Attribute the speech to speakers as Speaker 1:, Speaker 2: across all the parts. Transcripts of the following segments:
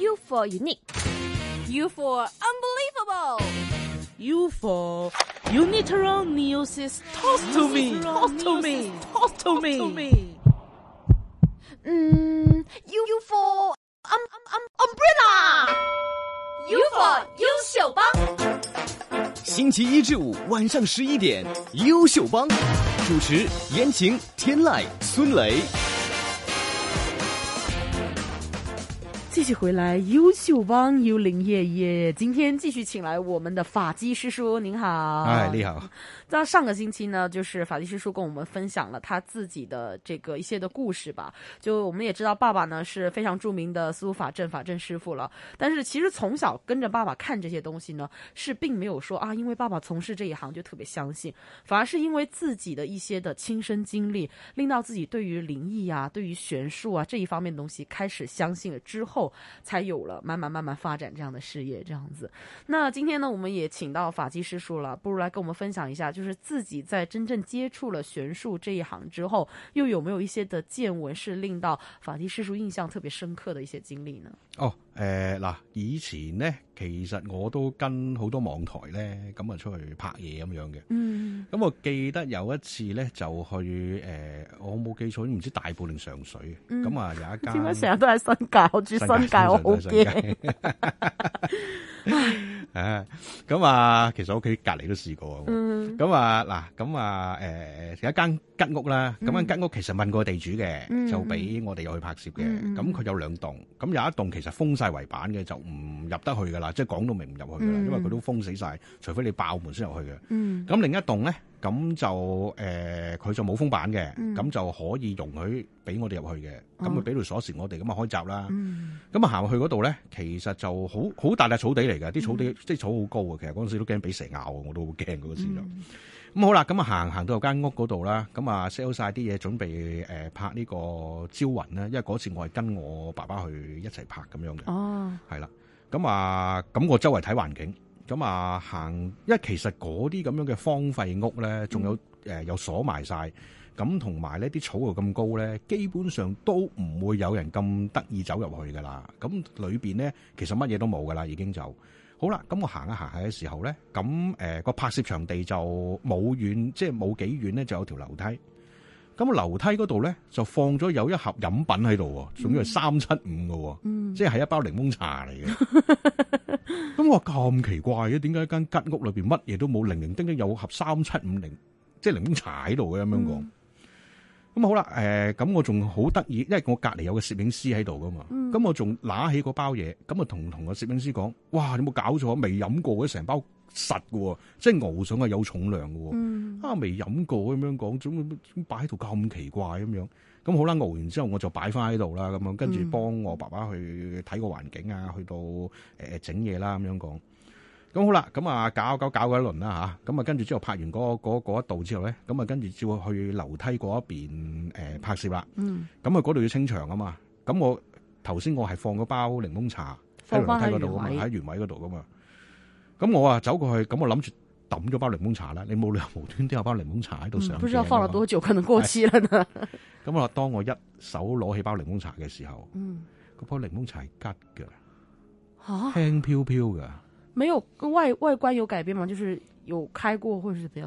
Speaker 1: U for unique, U for unbelievable,
Speaker 2: You for unilateral neosis. Toss to me. Toss to me. Toss to me.
Speaker 1: 嗯，U U Mm, for um um um umbrella, U for 优秀帮。
Speaker 3: 星期一至五晚上十一点，优秀帮主持：言情、天籁、孙雷。
Speaker 2: 继续回来，优秀帮幽灵夜夜，今天继续请来我们的法基师叔，您好。
Speaker 4: 哎，你好，
Speaker 2: 那上个星期呢，就是法律师叔跟我们分享了他自己的这个一些的故事吧。就我们也知道，爸爸呢是非常著名的苏法正法正师傅了。但是其实从小跟着爸爸看这些东西呢，是并没有说啊，因为爸爸从事这一行就特别相信，反而是因为自己的一些的亲身经历，令到自己对于灵异啊、对于玄术啊这一方面的东西开始相信了之后，才有了慢慢慢慢发展这样的事业这样子。那今天呢，我们也请到法基师叔了，不如来跟我们分享一下，就是自己在真正接触了玄术这一行之后，又有没有一些的见闻是令到法基师叔印象特别深刻的一些经历呢？
Speaker 4: 哦，诶、嗱，以前咧，其實我都跟好多網台咧，咁啊出去拍嘢咁樣嘅。
Speaker 2: 嗯，
Speaker 4: 咁我記得有一次咧，就去诶、誒我冇記錯，唔知大埔定上水，
Speaker 2: 嗯
Speaker 4: 咁啊、 有一間
Speaker 2: 點解成日都喺新界？我住新界，我好驚。
Speaker 4: 驚。 唉，咁啊，其實我屋企隔離都試過啊。
Speaker 2: 嗯
Speaker 4: 咁啊嗱，咁啊誒有一間吉屋啦，咁間吉屋其實問過地主嘅，
Speaker 2: 嗯
Speaker 4: 就俾我哋入去拍攝嘅。
Speaker 2: 嗯嗯
Speaker 4: 咁佢有兩棟，咁有一棟其實封晒圍板嘅，就唔入得去噶啦，即係講到明唔入去噶啦，
Speaker 2: 嗯
Speaker 4: 因為佢都封死晒，除非你爆門先入去嘅。
Speaker 2: 嗯
Speaker 4: 咁另一棟咧，咁就誒佢、就冇封板嘅，咁、
Speaker 2: 嗯
Speaker 4: 就可以容許俾我哋入去嘅。咁
Speaker 2: 哦
Speaker 4: 佢俾條鎖匙我哋，咁啊開閘啦。
Speaker 2: 嗯
Speaker 4: 咁啊行去嗰度咧，其實就好好大笪草地嚟嘅，啲草
Speaker 2: 嗯
Speaker 4: 地即係草好高嘅。其實嗰陣時都驚俾蛇咬，我都好驚嗰陣時就。咁、
Speaker 2: 嗯
Speaker 4: 好啦，咁啊行行到有間屋嗰度啦，咁啊 sell 晒啲嘢，準備誒、呃拍呢個招魂啦。因為嗰次我係跟我爸爸去一齊拍咁樣嘅，
Speaker 2: 哦，
Speaker 4: 係啦、咁啊，咁我周圍睇環境，咁啊行，因為其實嗰啲咁樣嘅荒廢屋咧，仲有誒、呃有鎖埋晒。咁同埋呢啲草又咁高咧，基本上都唔會有人咁得意走入去噶啦。咁裏邊咧，其實乜嘢都冇噶啦，已經就好啦。咁我行一行下嘅時候咧，咁誒個拍攝場地就冇遠，即係冇幾遠咧，就有條樓梯。咁樓梯嗰度咧就放咗有一盒飲品喺度喎，仲要係三七五嘅喎，
Speaker 2: 嗯
Speaker 4: 即係一包檸檬茶嚟嘅。咁我話咁奇怪嘅，點解間吉屋裏邊乜嘢都冇，零零丁丁有盒三七五零，即係檸檬茶喺度嘅咁樣講。咁好啦，誒、咁我仲好得意，因為我隔離有個攝影師喺度噶嘛，咁、我仲揦起嗰包嘢，咁啊同同個攝影師講：，哇，你有冇搞錯？未飲過嘅成包實嘅喎，即係熬上係有重量嘅喎，
Speaker 2: 嗯
Speaker 4: 啊未飲過咁樣講，總總擺喺度咁奇怪咁樣。咁好啦，熬完之後我就擺翻喺度啦，咁樣跟住
Speaker 2: 嗯
Speaker 4: 幫我爸爸去睇個環境啊，去到誒整嘢啦咁樣講。咁好啦，咁啊搞搞搞嗰一輪啦吓，咁啊跟住之後拍完嗰嗰嗰一度之後咧，咁啊跟住照去樓梯嗰一邊誒拍攝啦。
Speaker 2: 嗯，
Speaker 4: 咁啊嗰度要清場啊嘛，咁我頭先我係放咗包檸檬茶
Speaker 2: 放
Speaker 4: 喺樓
Speaker 2: 翻
Speaker 4: 梯
Speaker 2: 喺
Speaker 4: 嗰度啊嘛，
Speaker 2: 原位
Speaker 4: 喺原位嗰度噶嘛。咁我啊走過去，咁我諗住抌咗包檸檬茶啦，你冇理由無端端有包檸檬茶喺度上、
Speaker 2: 嗯
Speaker 4: 啊
Speaker 2: 不知道放了。多久，可能過期了呢。
Speaker 4: 咁我當我一手攞起包檸檬茶嘅時候，
Speaker 2: 嗯，
Speaker 4: 嗰包檸檬茶係吉嘅，
Speaker 2: 啊，
Speaker 4: 輕飄飄嘅。
Speaker 2: 沒有外外觀有改變嗎？就是有開過或者是怎麼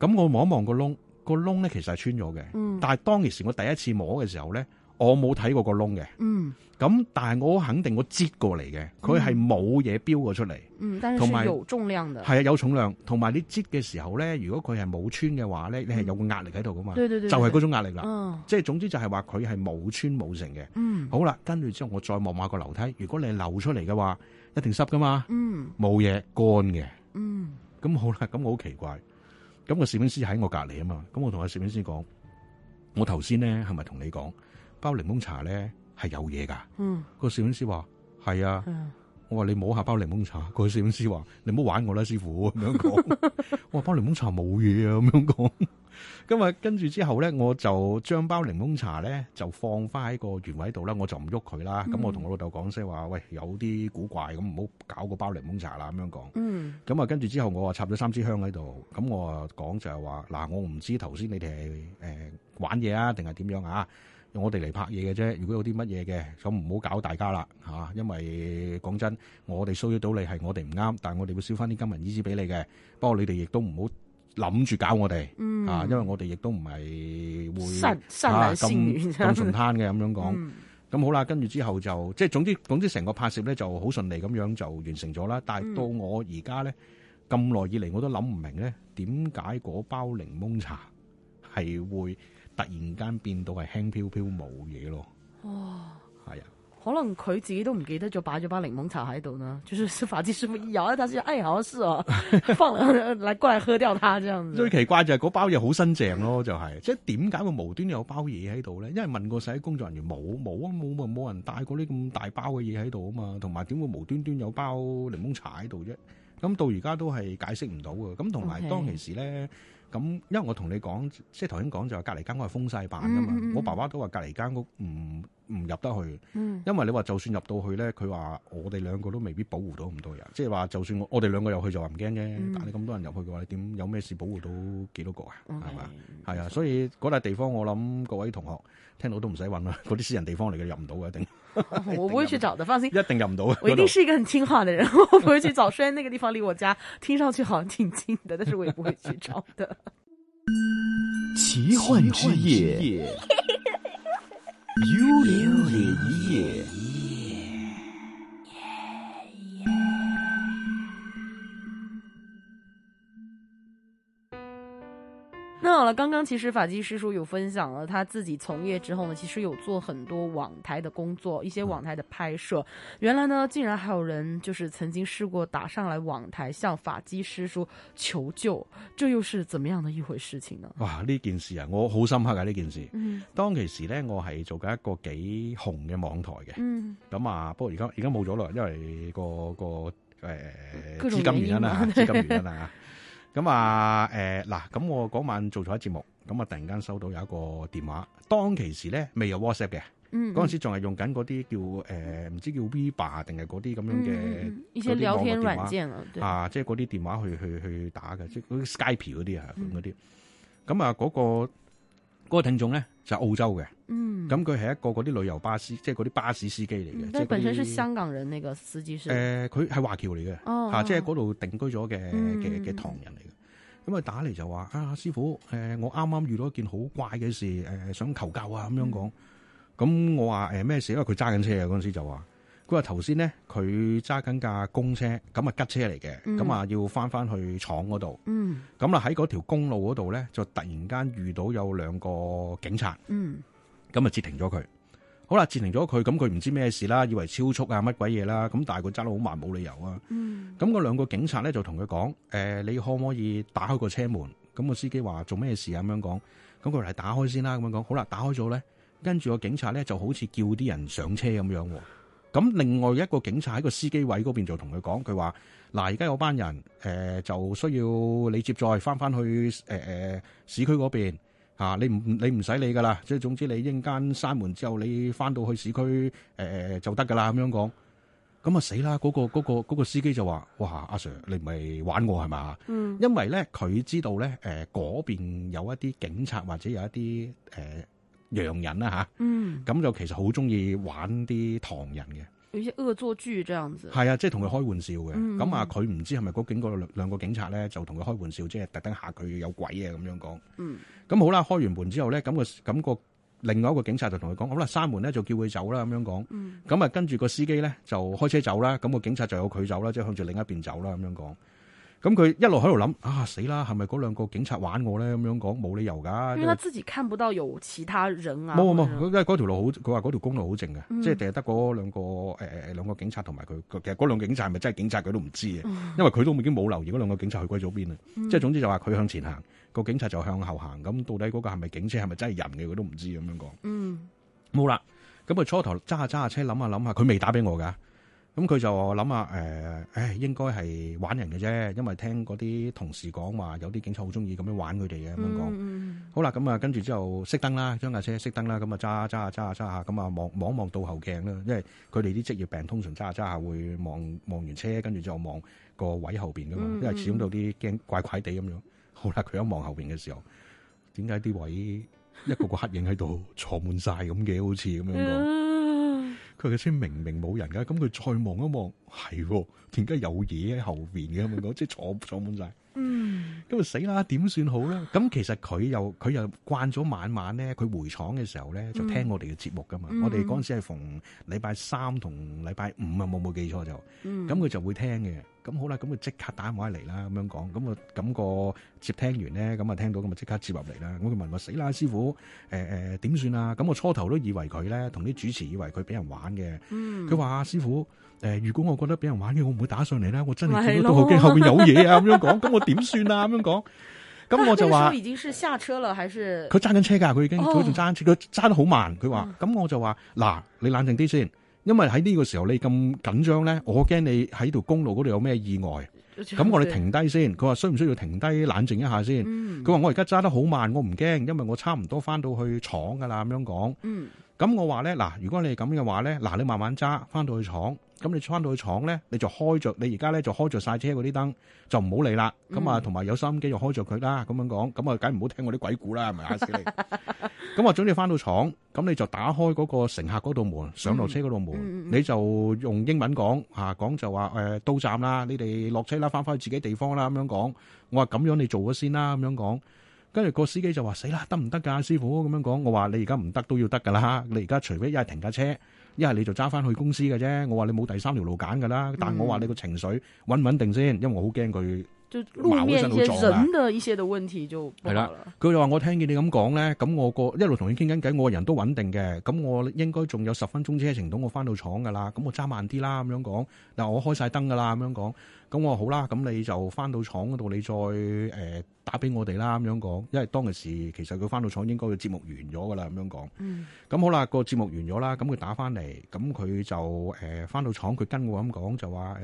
Speaker 2: 樣？
Speaker 4: 咁我望一望個窿，個窿咧其實係穿咗嘅。
Speaker 2: 嗯
Speaker 4: 但係當其時我第一次摸嘅時候咧，我冇睇過個窿嘅。
Speaker 2: 嗯
Speaker 4: 咁但係我好肯定我擠過嚟嘅，佢係冇嘢飆過出嚟。
Speaker 2: 嗯，但是
Speaker 4: 同
Speaker 2: 是
Speaker 4: 埋
Speaker 2: 有重量的。
Speaker 4: 係啊，有重量，同埋你擠嘅時候咧，如果佢係冇穿嘅話咧，你係有個壓力喺度噶嘛，
Speaker 2: 對對對，
Speaker 4: 就係
Speaker 2: 對
Speaker 4: 嗰種壓力啦。
Speaker 2: 嗯
Speaker 4: 即係總之就係話佢係冇穿冇成嘅。
Speaker 2: 嗯
Speaker 4: 好啦，跟住之後我再望下個樓梯，如果你係漏出嚟嘅話，一定濕噶嘛，
Speaker 2: 嗯
Speaker 4: 冇嘢乾嘅。
Speaker 2: 嗯
Speaker 4: 咁好啦，咁 我好奇怪，咁個攝影師喺我隔離啊嘛，咁我同個攝影師講，我頭先咧係咪同你講包檸檬茶咧係有嘢㗎？
Speaker 2: 嗯
Speaker 4: 個攝影師話係啊。
Speaker 2: 嗯
Speaker 4: 我話你摸下包檸檬茶，個攝影師話：你唔好玩我啦，師傅咁樣講。我話包檸檬茶冇嘢啊，咁樣講。咁啊，跟住之後咧，我就將包檸檬茶咧就放翻喺個原位度啦，我就唔喐佢啦。咁、我同我老豆講聲話：喂，有啲古怪，咁唔好搞個包檸檬茶啦，咁樣講。
Speaker 2: 嗯
Speaker 4: 咁啊，跟住之後我啊插咗三支香喺度，咁呃我啊講就係話嗱，我唔知頭先你哋係誒玩嘢啊，定係點樣啊？我哋嚟拍嘢嘅啫。如果有啲乜嘢嘅，咁唔好搞大家啦嚇、啊因為講真，我哋騷擾到你係我哋唔啱，但係我哋會燒翻啲金銀衣紙俾你嘅。不過你哋亦都唔好諗住搞我哋、
Speaker 2: 嗯
Speaker 4: 啊，因為我哋亦都唔係會
Speaker 2: 善善男信女
Speaker 4: 啊
Speaker 2: 这样子
Speaker 4: 咁咁順攤嘅咁樣講。
Speaker 2: 嗯
Speaker 4: 咁好啦，跟住之後就即係總之總之成個拍攝咧就好順利咁樣就完成咗啦。但係到我而家咧咁耐以嚟我都諗唔明咧，點解嗰包檸檬茶係會突然間變到係輕飄飄冇嘢咯？哇！係啊，
Speaker 2: 可能佢自己都唔記得咗擺咗包檸檬茶喺度 呢，就是法技師傅一搖，他就哎好像是哦， 放了呃來過來喝掉它這樣
Speaker 4: 最
Speaker 2: 子。
Speaker 4: 奇怪 就係嗰包嘢好新淨咯，就係、即係點解會無端有包嘢喺度咧？因為問過晒啲工作人員冇冇啊冇冇冇人帶過呢咁大包嘅嘢喺度啊嘛，同埋點會無端端有包檸檬茶喺度啫？咁到而家都係解釋唔到嘅。咁同埋
Speaker 2: OK
Speaker 4: 當其時咧，咁因為我同你講，即係頭先講就係隔離間屋係封晒版㗎嘛，
Speaker 2: 嗯嗯嗯
Speaker 4: 我爸爸都話隔離間屋唔唔入得去。
Speaker 2: 嗯
Speaker 4: 因為你話就算入到去咧，佢話我哋兩個都未必保護到咁多人，即係話就算我我哋兩個入去就話唔驚啫，
Speaker 2: 嗯
Speaker 4: 但係你咁多人入去嘅話，你點有咩事保護到幾多個啊？
Speaker 2: ，OK，嗯
Speaker 4: 係嘛？係啊，所以嗰笪地方我諗各位同學聽到都唔使揾啦，嗰啲私人地方嚟嘅入唔到嘅，一 定
Speaker 2: 我不會去找的，放心。
Speaker 4: 一定入唔到嘅
Speaker 2: 我一定
Speaker 4: 嗰度。
Speaker 2: 是一个很听话的人，我不会去找。虽然那个地方离我家听上去好像挺近的，但是我也不会去找的。
Speaker 3: 奇幻之夜，幽灵夜。
Speaker 2: 那好了，刚刚其实法基师叔有分享了他自己从业之后呢，其实有做很多网台的工作，一些网台的拍摄。原来呢，竟然还有人就是曾经试过打上来网台向法基师叔求救，这又是怎么样的一回事情呢？
Speaker 4: 哇！呢件事啊，我好深刻嘅呢件事。
Speaker 2: 嗯
Speaker 4: 當其時咧，我係做緊一個幾紅嘅網台嘅，
Speaker 2: 嗯，
Speaker 4: 咁啊，不過而家而家冇咗啦，因為個個誒
Speaker 2: 各種
Speaker 4: 資金原因啦，
Speaker 2: 原因啊
Speaker 4: 資金原因啦。咁啊誒嗱，咁我嗰晚做咗一節目，咁啊突然間收到有一個電話，當其時咧未有 WhatsApp 嘅，
Speaker 2: 嗯
Speaker 4: 嗰陣時仲係用緊嗰啲叫誒唔、知叫 Viber 定係嗰啲咁樣
Speaker 2: 嗯
Speaker 4: 嘅、
Speaker 2: 嗯嗯一些聊天软件了，对，
Speaker 4: 啊，即係嗰啲電話去去去打嘅，即係嗰啲 Skype 嗰啲啊咁嗰啲。咁啊嗰個嗰、個聽眾咧就係澳洲嘅，
Speaker 2: 嗯，
Speaker 4: 咁佢係一個嗰啲旅遊巴士，即係嗰啲巴士司機嚟嘅
Speaker 2: 嗯，
Speaker 4: 即係
Speaker 2: 但本身
Speaker 4: 嗰
Speaker 2: 是
Speaker 4: 啲
Speaker 2: 香港人，那个司机是，
Speaker 4: 誒，呃佢係華僑嚟嘅，
Speaker 2: 哦
Speaker 4: 嚇，即係
Speaker 2: 哦
Speaker 4: 嗰度定居咗嘅
Speaker 2: 嗯
Speaker 4: 嘅嘅唐人嚟嘅。咁啊打嚟就話啊，師傅，誒我啱啱遇到一件好怪嘅事，誒想求救啊咁樣
Speaker 2: 嗯
Speaker 4: 講。咁我話誒咩事？因為佢揸緊車啊嗰陣時就話，佢話頭先咧佢揸緊架公車，咁啊吉車嚟嘅，
Speaker 2: 嗯
Speaker 4: 咁啊要翻翻去廠嗰度。
Speaker 2: 嗯
Speaker 4: 咁啊啦喺嗰條公路嗰度咧，就突然間遇到有兩個警察。
Speaker 2: 嗯
Speaker 4: 咁啊截停咗佢。好啦，截停咗佢，咁佢唔知咩事啦，以為超速啊乜鬼嘢啦，咁但係佢揸得好慢，冇理由啊。
Speaker 2: 嗯
Speaker 4: 咁嗰兩個警察咧就同佢講：誒、你可唔可以打開個車門？咁個司機話做咩事啊？咁樣講，咁佢嚟打開先啦。咁樣講，好啦，打開咗咧，跟住個警察咧就好似叫啲人上車咁樣喎。咁另外一個警察喺個司機位嗰邊就同佢講，佢話：嗱，而家有班人誒、呃就需要你接載翻翻去誒誒、市區嗰邊啊你唔你唔使理噶啦，即係總之你應間閂門之後，你翻到去市區誒、就得噶啦咁樣講。咁啊死啦！嗰、個嗰、個嗰、個司機就話：哇，阿 Sir，你唔係玩我係嘛？
Speaker 2: 嗯
Speaker 4: 因為咧，佢知道咧，誒、嗰邊有一啲警察或者有一啲誒、呃洋人啦
Speaker 2: 嗯，
Speaker 4: 吓，咁、就其實好中意玩啲唐人嘅，
Speaker 2: 有一些恶作剧这样子，
Speaker 4: 係啊，即係同佢開玩笑嘅。
Speaker 2: 嗯
Speaker 4: 咁啊、佢唔知係咪嗰警嗰兩兩個警察咧，就同佢開玩笑，即係特登嚇佢有鬼啊咁樣講。
Speaker 2: 嗯
Speaker 4: 咁好啦，開完門之後咧，咁、個咁、個另外一個警察就同佢講：好啦，閂門咧就叫佢走啦咁樣講。
Speaker 2: 嗯
Speaker 4: 咁啊，跟住個司機咧就開車走啦，咁、個警察就有佢走啦，即係向住另一邊走啦咁樣講。咁佢一路喺度諗啊，死啦，係咪嗰兩個警察玩我咧？咁樣講冇理由㗎。
Speaker 2: 因
Speaker 4: 因
Speaker 2: 为他
Speaker 4: 為
Speaker 2: 自己看不到有其他人啊，
Speaker 4: 冇冇
Speaker 2: 或
Speaker 4: 冇，
Speaker 2: 者
Speaker 4: 佢因為嗰條路好，佢話嗰條公路好靜嘅，
Speaker 2: 嗯
Speaker 4: 即係淨係得嗰兩個誒誒兩個警察同埋佢。佢其實嗰兩個警察係咪真係警察佢都唔知嘅，
Speaker 2: 嗯
Speaker 4: 因為佢都已經冇留意嗰兩個警察去歸咗邊啦。即係總之就話佢向前行，個警察就向後行。咁到底嗰個係咪警車，係咪真係人嘅，佢都唔知咁樣講。
Speaker 2: 嗯
Speaker 4: 冇啦。咁佢初頭揸下揸下車，諗下諗下，佢未打俾我噶。咁佢就諗下誒，誒應該係玩人嘅啫，因為聽嗰啲同事講話，有啲警察好中意咁樣玩佢哋嘅咁樣講。
Speaker 2: 嗯
Speaker 4: 好啦，咁啊，跟住之後熄燈啦，將架車熄燈啦，咁啊揸揸下揸下揸下，咁啊望望望倒後鏡啦，因為佢哋啲職業病通常揸下揸下會望望完車，跟住就望個位後邊噶嘛，
Speaker 2: 嗯
Speaker 4: 因為始終有啲驚怪怪地咁樣。好啦，佢一望後邊嘅時候，點解啲位一個個黑影喺度坐滿晒咁嘅，好似咁樣講。
Speaker 2: 嗯
Speaker 4: 佢嘅車明明冇人㗎，咁佢再望一望，係喎，點解有嘢喺後邊嘅咁樣講，即係坐坐滿晒。咁啊死啦，點算好咧？咁其實佢又佢又慣咗晚晚咧，佢回廠嘅時候咧就聽我哋嘅節目噶嘛。
Speaker 2: 嗯
Speaker 4: 我哋嗰陣時係逢禮拜三同禮拜五啊，冇冇記錯就，咁
Speaker 2: 嗯
Speaker 4: 佢就會聽嘅。咁好啦，咁佢即刻打電話嚟啦，咁樣講，咁啊咁個接聽完咧，咁啊聽到咁啊即刻接入嚟啦。咁佢問我死啦，師傅，誒誒點算啊？咁我初頭都以為佢咧，同啲主持以為佢俾人玩嘅。
Speaker 2: 嗯
Speaker 4: 佢話啊：師傅，誒、如果我覺得俾人玩嘅，我唔會打上嚟啦。我真
Speaker 2: 咪
Speaker 4: 係
Speaker 2: 係
Speaker 4: 見到到後
Speaker 2: 咯
Speaker 4: 後邊有嘢啊，咁樣講，咁我點算啊？咁樣講，咁我
Speaker 2: 那個時
Speaker 4: 就話
Speaker 2: 候已經是下車了，還是
Speaker 4: 佢揸緊車㗎，佢已經
Speaker 2: 哦
Speaker 4: 佢仲揸緊車，佢揸得好慢。佢話：咁我就話嗱，你冷靜啲先，因為喺呢個時候你咁緊張咧，我驚你喺條公路嗰度有咩意外。咁我哋，停低先。佢話需唔需要停低冷靜一下先？
Speaker 2: 嗯
Speaker 4: 佢話我而家揸得好慢，我唔驚，因為我差唔多翻到去廠㗎啦。咁樣講。
Speaker 2: 嗯
Speaker 4: 咁我話咧，嗱，如果你係咁嘅話咧，嗱，你慢慢揸，翻到去廠，咁你翻到去廠咧，你就開着，你而家咧就開着晒車嗰啲燈，就唔好理啦。咁
Speaker 2: 嗯
Speaker 4: 啊，同埋有收音機就開着佢啦，咁樣講，咁啊，梗唔好聽我啲鬼故啦，係咪啊嚇死你？咁我準你翻到廠，咁你就打開嗰個乘客嗰度門，上落車嗰度門，
Speaker 2: 嗯嗯嗯
Speaker 4: 你就用英文講嚇，講就話誒、呃到站啦，你哋落車啦，翻返去自己地方啦，咁樣講。我話咁樣你做咗先啦，咁樣講。跟住個司機就話：死啦，得唔得㗎，師傅？咁樣講，我話你而家唔得都要得㗎啦。你而家除非一係停架車，一係你就揸翻去公司嘅啫。我話你冇第三條路揀㗎啦。但我話你個情緒穩唔穩定先，因為我好驚佢。
Speaker 2: 就路
Speaker 4: 馬會
Speaker 2: 面
Speaker 4: 上
Speaker 2: 一
Speaker 4: 都
Speaker 2: 些
Speaker 4: 撞
Speaker 2: 人的一些的問題就不好
Speaker 4: 係啦
Speaker 2: 了。
Speaker 4: 佢就話：我聽見你咁講咧，咁我個一路同你傾緊偈，我個人都穩定嘅。咁我應該仲有十分鐘車程到我翻到廠㗎啦。咁我揸慢啲啦，咁樣講。嗱，我開晒燈㗎啦，咁樣講。咁我話好啦，咁你就翻到廠嗰度，你再誒、呃打俾我哋啦，咁樣講。因為當其時其實佢翻到廠應該個節目完咗㗎啦，咁樣講。
Speaker 2: 嗯
Speaker 4: 咁好啦，個節目完咗啦，咁佢打翻嚟，咁佢就誒翻、到廠，佢跟我咁講就話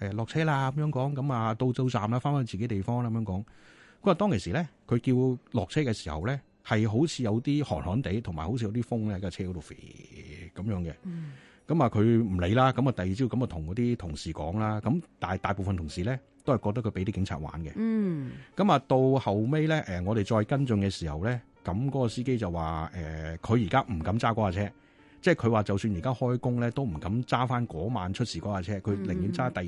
Speaker 4: 誒誒落車啦咁樣講，咁啊到到站啦，翻返自己地方啦咁樣講。佢話當其時咧，佢叫落車嘅時候咧，係好似有啲寒寒地，同埋好似有啲風咧喺架車嗰度飛咁樣嘅。
Speaker 2: 嗯
Speaker 4: 咁啊，佢唔理啦，咁啊第二朝咁啊同嗰啲同事講啦，咁但係大部分同事咧都係覺得佢俾啲警察玩嘅。
Speaker 2: 嗯
Speaker 4: 咁啊，到後尾咧，誒，我哋再跟進嘅時候咧，咁嗰個司機就話，誒、佢而家唔敢揸嗰架車，即係佢話就算而家開工咧，都唔敢揸翻嗰晚出事嗰架車，佢
Speaker 2: 嗯
Speaker 4: 寧願揸第二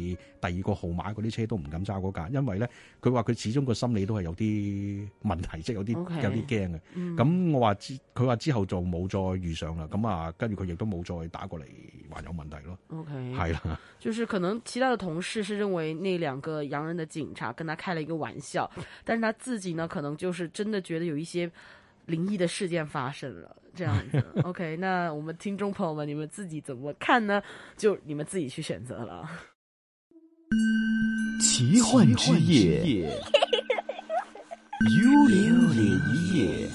Speaker 4: 第二個號碼嗰啲車都唔敢揸嗰架，因為咧，佢話佢始終個心理都係有啲問題，即係有啲
Speaker 2: OK
Speaker 4: 有啲驚嘅。
Speaker 2: 嗯
Speaker 4: 咁、我話之，佢話之後就冇再遇上啦。咁啊，跟住佢亦都冇再打過嚟，還有問題咯。
Speaker 2: OK，
Speaker 4: 係啦，
Speaker 2: 就是可能其他的同事是认为那两个洋人的警察跟他开了一个玩笑，但是他自己呢，可能就是真的觉得有一些灵异的事件发生了。这样 子，OK，那我们听众朋友们，你们自己怎么看呢？就你们自己去选择了。
Speaker 3: 奇幻之夜，幽灵夜。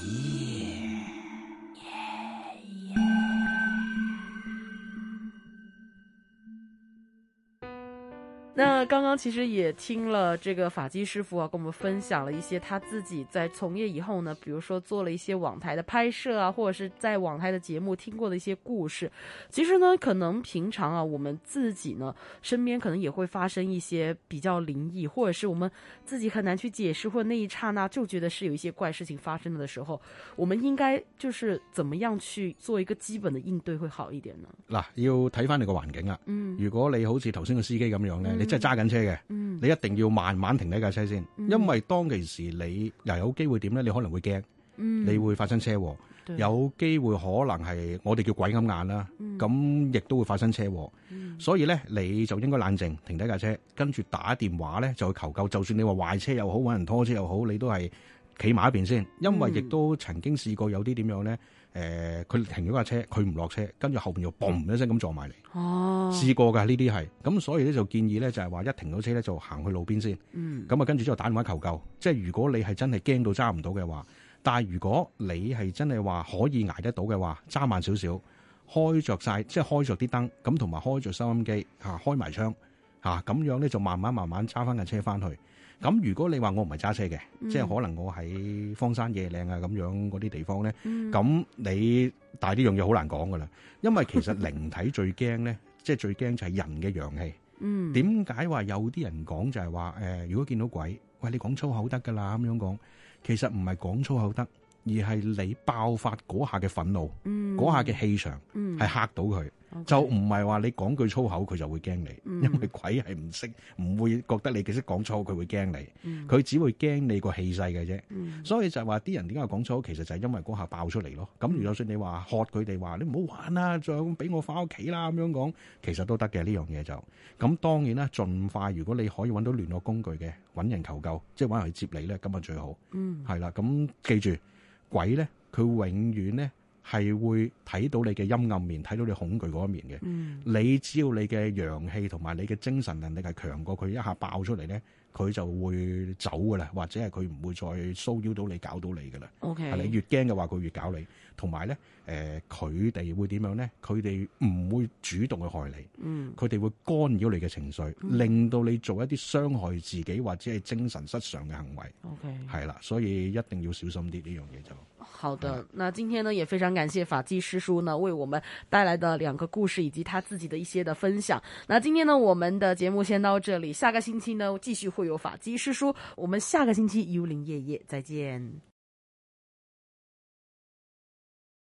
Speaker 2: 那刚刚其实也听了这个法基师傅啊，跟我们分享了一些他自己在从业以后呢，比如说做了一些网台的拍摄啊，或者是在网台的节目听过的一些故事。其实呢，可能平常啊，我们自己呢身边可能也会发生一些比较灵异，或者是我们自己很难去解释，或者那一刹那就觉得是有一些怪事情发生了的时候，我们应该就是怎么样去做一个基本的应对会好一点呢？
Speaker 4: 嗱，要睇翻你個環境啊啦。
Speaker 2: 嗯
Speaker 4: 如果你好似頭先個司機咁樣咧，你真係揸緊車嘅。
Speaker 2: 嗯
Speaker 4: 你一定要慢慢停低架車先，因為當其時你又有機會點咧？你可能會驚，
Speaker 2: 嗯
Speaker 4: 你會發生車禍，
Speaker 2: 對
Speaker 4: 有機會可能係我哋叫鬼咁眼啦，
Speaker 2: 嗯
Speaker 4: 咁亦都會發生車禍。所以咧，你就應該冷靜，停低架車，跟住打電話咧就去求救。就算你話壞車又好，揾人拖車又好，你都係企埋一邊先，因
Speaker 2: 嗯
Speaker 4: 為亦都曾經試過有啲點樣咧，誒、佢停咗架車，佢唔落車，跟住後邊又嘣一聲咁撞埋嚟。
Speaker 2: 哦，
Speaker 4: 試過㗎呢啲係，咁所以咧就建議咧就係話一停到車咧就行去路邊先，
Speaker 2: 嗯
Speaker 4: 咁啊跟住之後打電話求救，即係如果你係真係驚到揸唔到嘅話，但係如果你係真係話可以捱得到嘅話，揸慢少少，開着晒，即係開着啲燈，咁同埋開着收音機嚇、啊，開埋窗嚇，啊咁、樣咧就慢慢慢慢揸翻架車翻去。咁如果你話我唔係揸車嘅，
Speaker 2: 嗯
Speaker 4: 即係可能我喺荒山野嶺啊咁樣嗰啲地方咧，
Speaker 2: 嗯
Speaker 4: 咁、你但係呢樣嘢好難講噶啦，因為其實靈體最驚咧，即係最驚就係人嘅陽氣。
Speaker 2: 嗯
Speaker 4: 點解話有啲人講就係話誒，如果見到鬼，喂你講粗口得㗎啦咁樣講，其實唔係講粗口得，而係你爆發嗰下嘅憤怒，
Speaker 2: 嗯，
Speaker 4: 嗰下嘅氣場
Speaker 2: 嗯
Speaker 4: 係嚇到佢，
Speaker 2: OK
Speaker 4: 就唔係話你講句粗口佢就會驚你，
Speaker 2: 嗯
Speaker 4: 因為鬼係唔識，唔會覺得你幾識講粗口佢會驚你，
Speaker 2: 嗯
Speaker 4: 佢只會驚你個氣勢嘅啫。
Speaker 2: 嗯
Speaker 4: 所以就係話啲人點解講粗口，其實就係因為嗰下爆出嚟咯。
Speaker 2: 嗯
Speaker 4: 咁如就算你話喝佢哋話你唔好玩啦，再咁俾我翻屋企啦咁樣講，其實都得嘅呢樣嘢就。咁當然啦，盡快如果你可以揾到聯絡工具嘅，揾人求救，即係揾人去接你咧，咁啊最好。
Speaker 2: 嗯
Speaker 4: 係啦，咁記住鬼咧，佢永遠咧係會睇到你嘅陰暗面，睇到你恐懼嗰一面嘅。
Speaker 2: 嗯
Speaker 4: 你只要你嘅陽氣同埋你嘅精神能力係強過佢一下爆出嚟咧，佢就會走噶啦，或者係佢唔會再騷擾到你、搞到你噶啦。
Speaker 2: ，OK，
Speaker 4: 係你越驚嘅話，佢越搞你。同埋咧，誒、佢哋會點樣咧？佢哋唔會主動去害你，
Speaker 2: 嗯
Speaker 4: 佢哋會干擾你嘅情緒，令到你做一啲傷害自己或者係精神失常嘅行為。
Speaker 2: ，OK，
Speaker 4: 係啦，所以一定要小心啲呢樣嘢就。
Speaker 2: 好的，那今天呢也非常感谢法纪师叔呢为我们带来的两个故事以及他自己的一些的分享。那今天呢我们的节目先到这里，下个星期呢继续会有法纪师叔，我们下个星期幽灵夜夜再见。